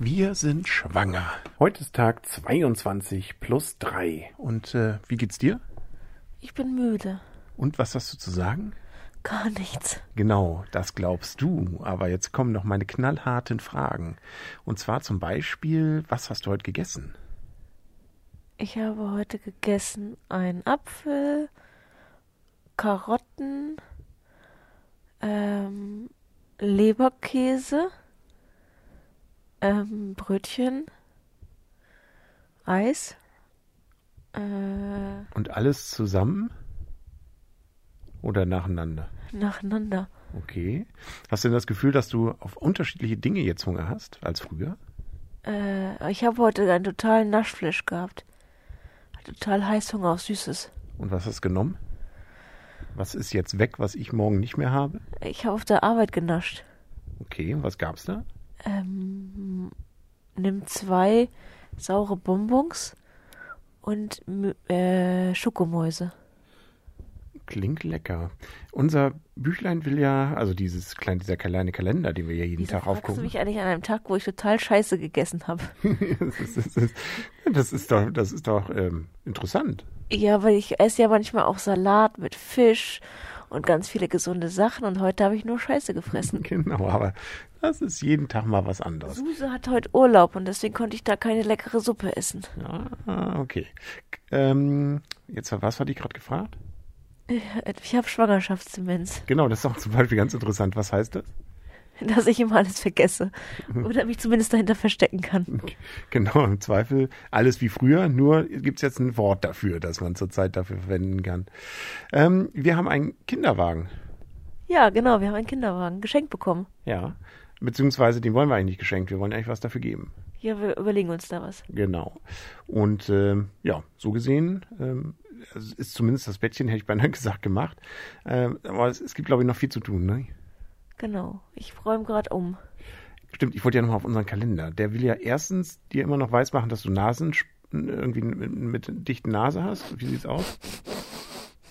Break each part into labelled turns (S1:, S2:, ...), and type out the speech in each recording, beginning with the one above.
S1: Wir sind schwanger.
S2: Heute ist Tag 22 plus 3.
S1: Und äh, wie geht's dir?
S3: Ich bin müde.
S1: Und was hast du zu sagen?
S3: Gar nichts.
S1: Genau, das glaubst du. Aber jetzt kommen noch meine knallharten Fragen. Und zwar zum Beispiel, was hast du heute gegessen?
S3: Ich habe heute gegessen einen Apfel, Karotten, ähm, Leberkäse, ähm, Brötchen, Eis. Äh,
S1: Und alles zusammen? Oder nacheinander?
S3: nacheinander.
S1: Okay. Hast du denn das Gefühl, dass du auf unterschiedliche Dinge jetzt Hunger hast als früher?
S3: Äh, ich habe heute einen totalen Naschfleisch gehabt. Hat Total Heißhunger auf Süßes.
S1: Und was hast du genommen? Was ist jetzt weg, was ich morgen nicht mehr habe?
S3: Ich habe auf der Arbeit genascht.
S1: Okay, und was gab's da?
S3: Ähm, nimm zwei saure Bonbons und M- äh, Schokomäuse.
S1: Klingt lecker. Unser Büchlein will ja, also dieses kleine, dieser kleine Kalender, den wir ja jeden
S3: Wieso
S1: Tag
S3: fragst du
S1: aufgucken.
S3: mich eigentlich an einem Tag, wo ich total Scheiße gegessen habe?
S1: das, ist, das, ist, das ist doch, das ist doch ähm, interessant.
S3: Ja, weil ich esse ja manchmal auch Salat mit Fisch und ganz viele gesunde Sachen und heute habe ich nur Scheiße gefressen.
S1: Genau, aber das ist jeden Tag mal was anderes.
S3: Suse hat heute Urlaub und deswegen konnte ich da keine leckere Suppe essen.
S1: Ah, okay. Ähm, jetzt, was hatte ich gerade gefragt?
S3: Ich habe Schwangerschaftsdemenz,
S1: Genau, das ist auch zum Beispiel ganz interessant. Was heißt das?
S3: dass ich immer alles vergesse oder mich zumindest dahinter verstecken kann.
S1: Genau, im Zweifel alles wie früher, nur gibt's jetzt ein Wort dafür, das man zurzeit dafür verwenden kann. Ähm, wir haben einen Kinderwagen.
S3: Ja, genau, wir haben einen Kinderwagen geschenkt bekommen.
S1: Ja. Beziehungsweise den wollen wir eigentlich nicht geschenkt, wir wollen eigentlich was dafür geben.
S3: Ja, wir überlegen uns da was.
S1: Genau. Und ähm, ja, so gesehen ähm, es ist zumindest das Bettchen, hätte ich beinahe gesagt, gemacht. Ähm, aber es, es gibt, glaube ich, noch viel zu tun. Ne?
S3: Genau, ich räume gerade um.
S1: Stimmt, ich wollte ja nochmal auf unseren Kalender. Der will ja erstens dir immer noch weismachen, dass du Nasen irgendwie mit, mit dichten Nase hast. Wie sieht's aus?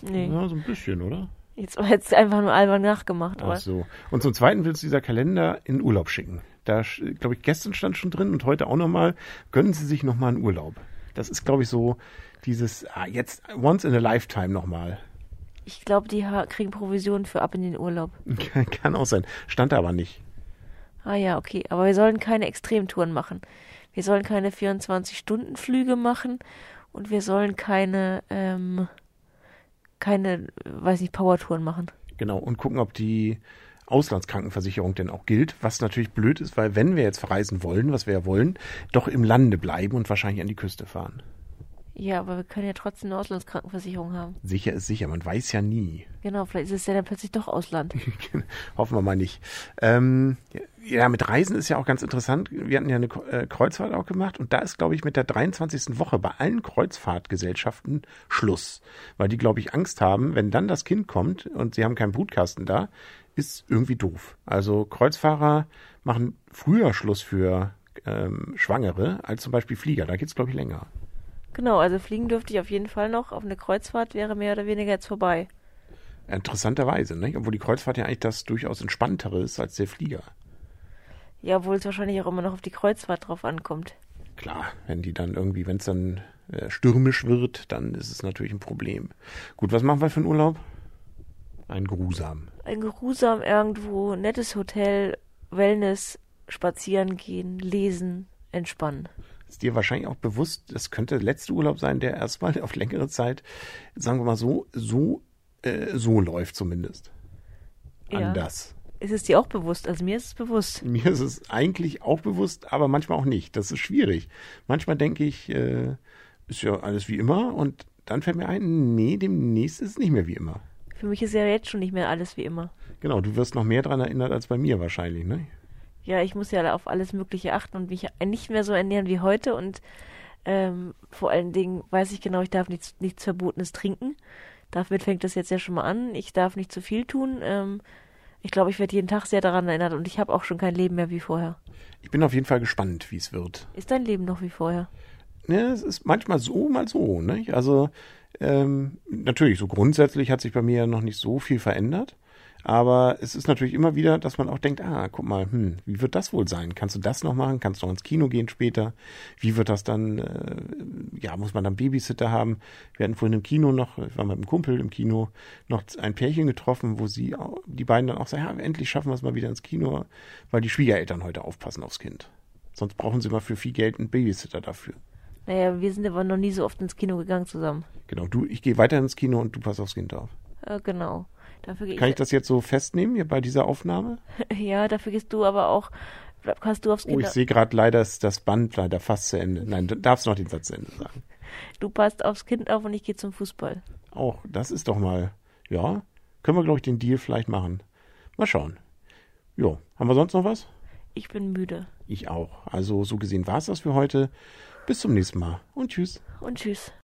S3: Nee,
S1: Ja, so ein bisschen, oder?
S3: jetzt war jetzt einfach nur albern nachgemacht. Aber
S1: Ach so. Und zum Zweiten willst du dieser Kalender in Urlaub schicken. Da, glaube ich, gestern stand schon drin und heute auch nochmal, gönnen Sie sich nochmal einen Urlaub. Das ist, glaube ich, so dieses, ah, jetzt once in a lifetime nochmal.
S3: Ich glaube, die ha- kriegen Provisionen für ab in den Urlaub.
S1: Kann, kann auch sein. Stand da aber nicht.
S3: Ah ja, okay. Aber wir sollen keine Extremtouren machen. Wir sollen keine 24-Stunden-Flüge machen und wir sollen keine, ähm, keine, weiß nicht, Powertouren machen.
S1: Genau. Und gucken, ob die Auslandskrankenversicherung denn auch gilt. Was natürlich blöd ist, weil wenn wir jetzt verreisen wollen, was wir ja wollen, doch im Lande bleiben und wahrscheinlich an die Küste fahren.
S3: Ja, aber wir können ja trotzdem eine Auslandskrankenversicherung haben.
S1: Sicher ist sicher. Man weiß ja nie.
S3: Genau, vielleicht ist es ja dann plötzlich doch Ausland.
S1: Hoffen wir mal nicht. Ähm, ja, mit Reisen ist ja auch ganz interessant. Wir hatten ja eine Ko- äh, Kreuzfahrt auch gemacht und da ist, glaube ich, mit der 23. Woche bei allen Kreuzfahrtgesellschaften Schluss. Weil die, glaube ich, Angst haben, wenn dann das Kind kommt und sie haben keinen Brutkasten da, ist irgendwie doof. Also Kreuzfahrer machen früher Schluss für ähm, Schwangere als zum Beispiel Flieger. Da geht's glaube ich, länger.
S3: Genau, also fliegen dürfte ich auf jeden Fall noch. Auf eine Kreuzfahrt wäre mehr oder weniger jetzt vorbei.
S1: Interessanterweise, ne? obwohl die Kreuzfahrt ja eigentlich das durchaus entspanntere ist als der Flieger.
S3: Ja, obwohl es wahrscheinlich auch immer noch auf die Kreuzfahrt drauf ankommt.
S1: Klar, wenn die dann irgendwie, wenn es dann äh, stürmisch wird, dann ist es natürlich ein Problem. Gut, was machen wir für einen Urlaub? Ein Grusam.
S3: Ein geruhsam irgendwo, nettes Hotel, Wellness, spazieren gehen, lesen, entspannen.
S1: Ist dir wahrscheinlich auch bewusst, das könnte der letzte Urlaub sein, der erstmal auf längere Zeit, sagen wir mal so, so, äh, so läuft zumindest.
S3: Ja.
S1: Anders.
S3: Ist es dir auch bewusst? Also mir ist es bewusst.
S1: Mir ist es eigentlich auch bewusst, aber manchmal auch nicht. Das ist schwierig. Manchmal denke ich, äh, ist ja alles wie immer und dann fällt mir ein, nee, demnächst ist es nicht mehr wie immer.
S3: Für mich ist ja jetzt schon nicht mehr alles wie immer.
S1: Genau, du wirst noch mehr dran erinnert als bei mir wahrscheinlich, ne?
S3: Ja, ich muss ja auf alles Mögliche achten und mich nicht mehr so ernähren wie heute. Und ähm, vor allen Dingen weiß ich genau, ich darf nichts, nichts Verbotenes trinken. Damit fängt das jetzt ja schon mal an. Ich darf nicht zu viel tun. Ähm, ich glaube, ich werde jeden Tag sehr daran erinnert und ich habe auch schon kein Leben mehr wie vorher.
S1: Ich bin auf jeden Fall gespannt, wie es wird.
S3: Ist dein Leben noch wie vorher?
S1: Ja, es ist manchmal so, mal so. Ne? Also ähm, natürlich, so grundsätzlich hat sich bei mir ja noch nicht so viel verändert. Aber es ist natürlich immer wieder, dass man auch denkt, ah, guck mal, hm, wie wird das wohl sein? Kannst du das noch machen? Kannst du noch ins Kino gehen später? Wie wird das dann, äh, ja, muss man dann Babysitter haben? Wir hatten vorhin im Kino noch, ich war mit einem Kumpel im Kino, noch ein Pärchen getroffen, wo sie, au- die beiden dann auch sagen, ja, endlich schaffen wir es mal wieder ins Kino, weil die Schwiegereltern heute aufpassen aufs Kind. Sonst brauchen sie mal für viel Geld einen Babysitter dafür.
S3: Naja, wir sind aber noch nie so oft ins Kino gegangen zusammen.
S1: Genau, du, ich gehe weiter ins Kino und du passt aufs Kind auf.
S3: Äh, genau. Dafür gehe
S1: Kann ich das jetzt so festnehmen hier bei dieser Aufnahme?
S3: Ja, dafür gehst du aber auch. Hast du aufs
S1: Oh,
S3: Kind.
S1: ich sehe gerade leider ist das Band leider fast zu Ende. Nein, du darfst noch den Satz zu Ende sagen.
S3: Du passt aufs Kind auf und ich gehe zum Fußball.
S1: Auch Oh, das ist doch mal, ja, können wir, glaube ich, den Deal vielleicht machen. Mal schauen. Jo, haben wir sonst noch was?
S3: Ich bin müde.
S1: Ich auch. Also so gesehen war es das für heute. Bis zum nächsten Mal und tschüss.
S3: Und tschüss.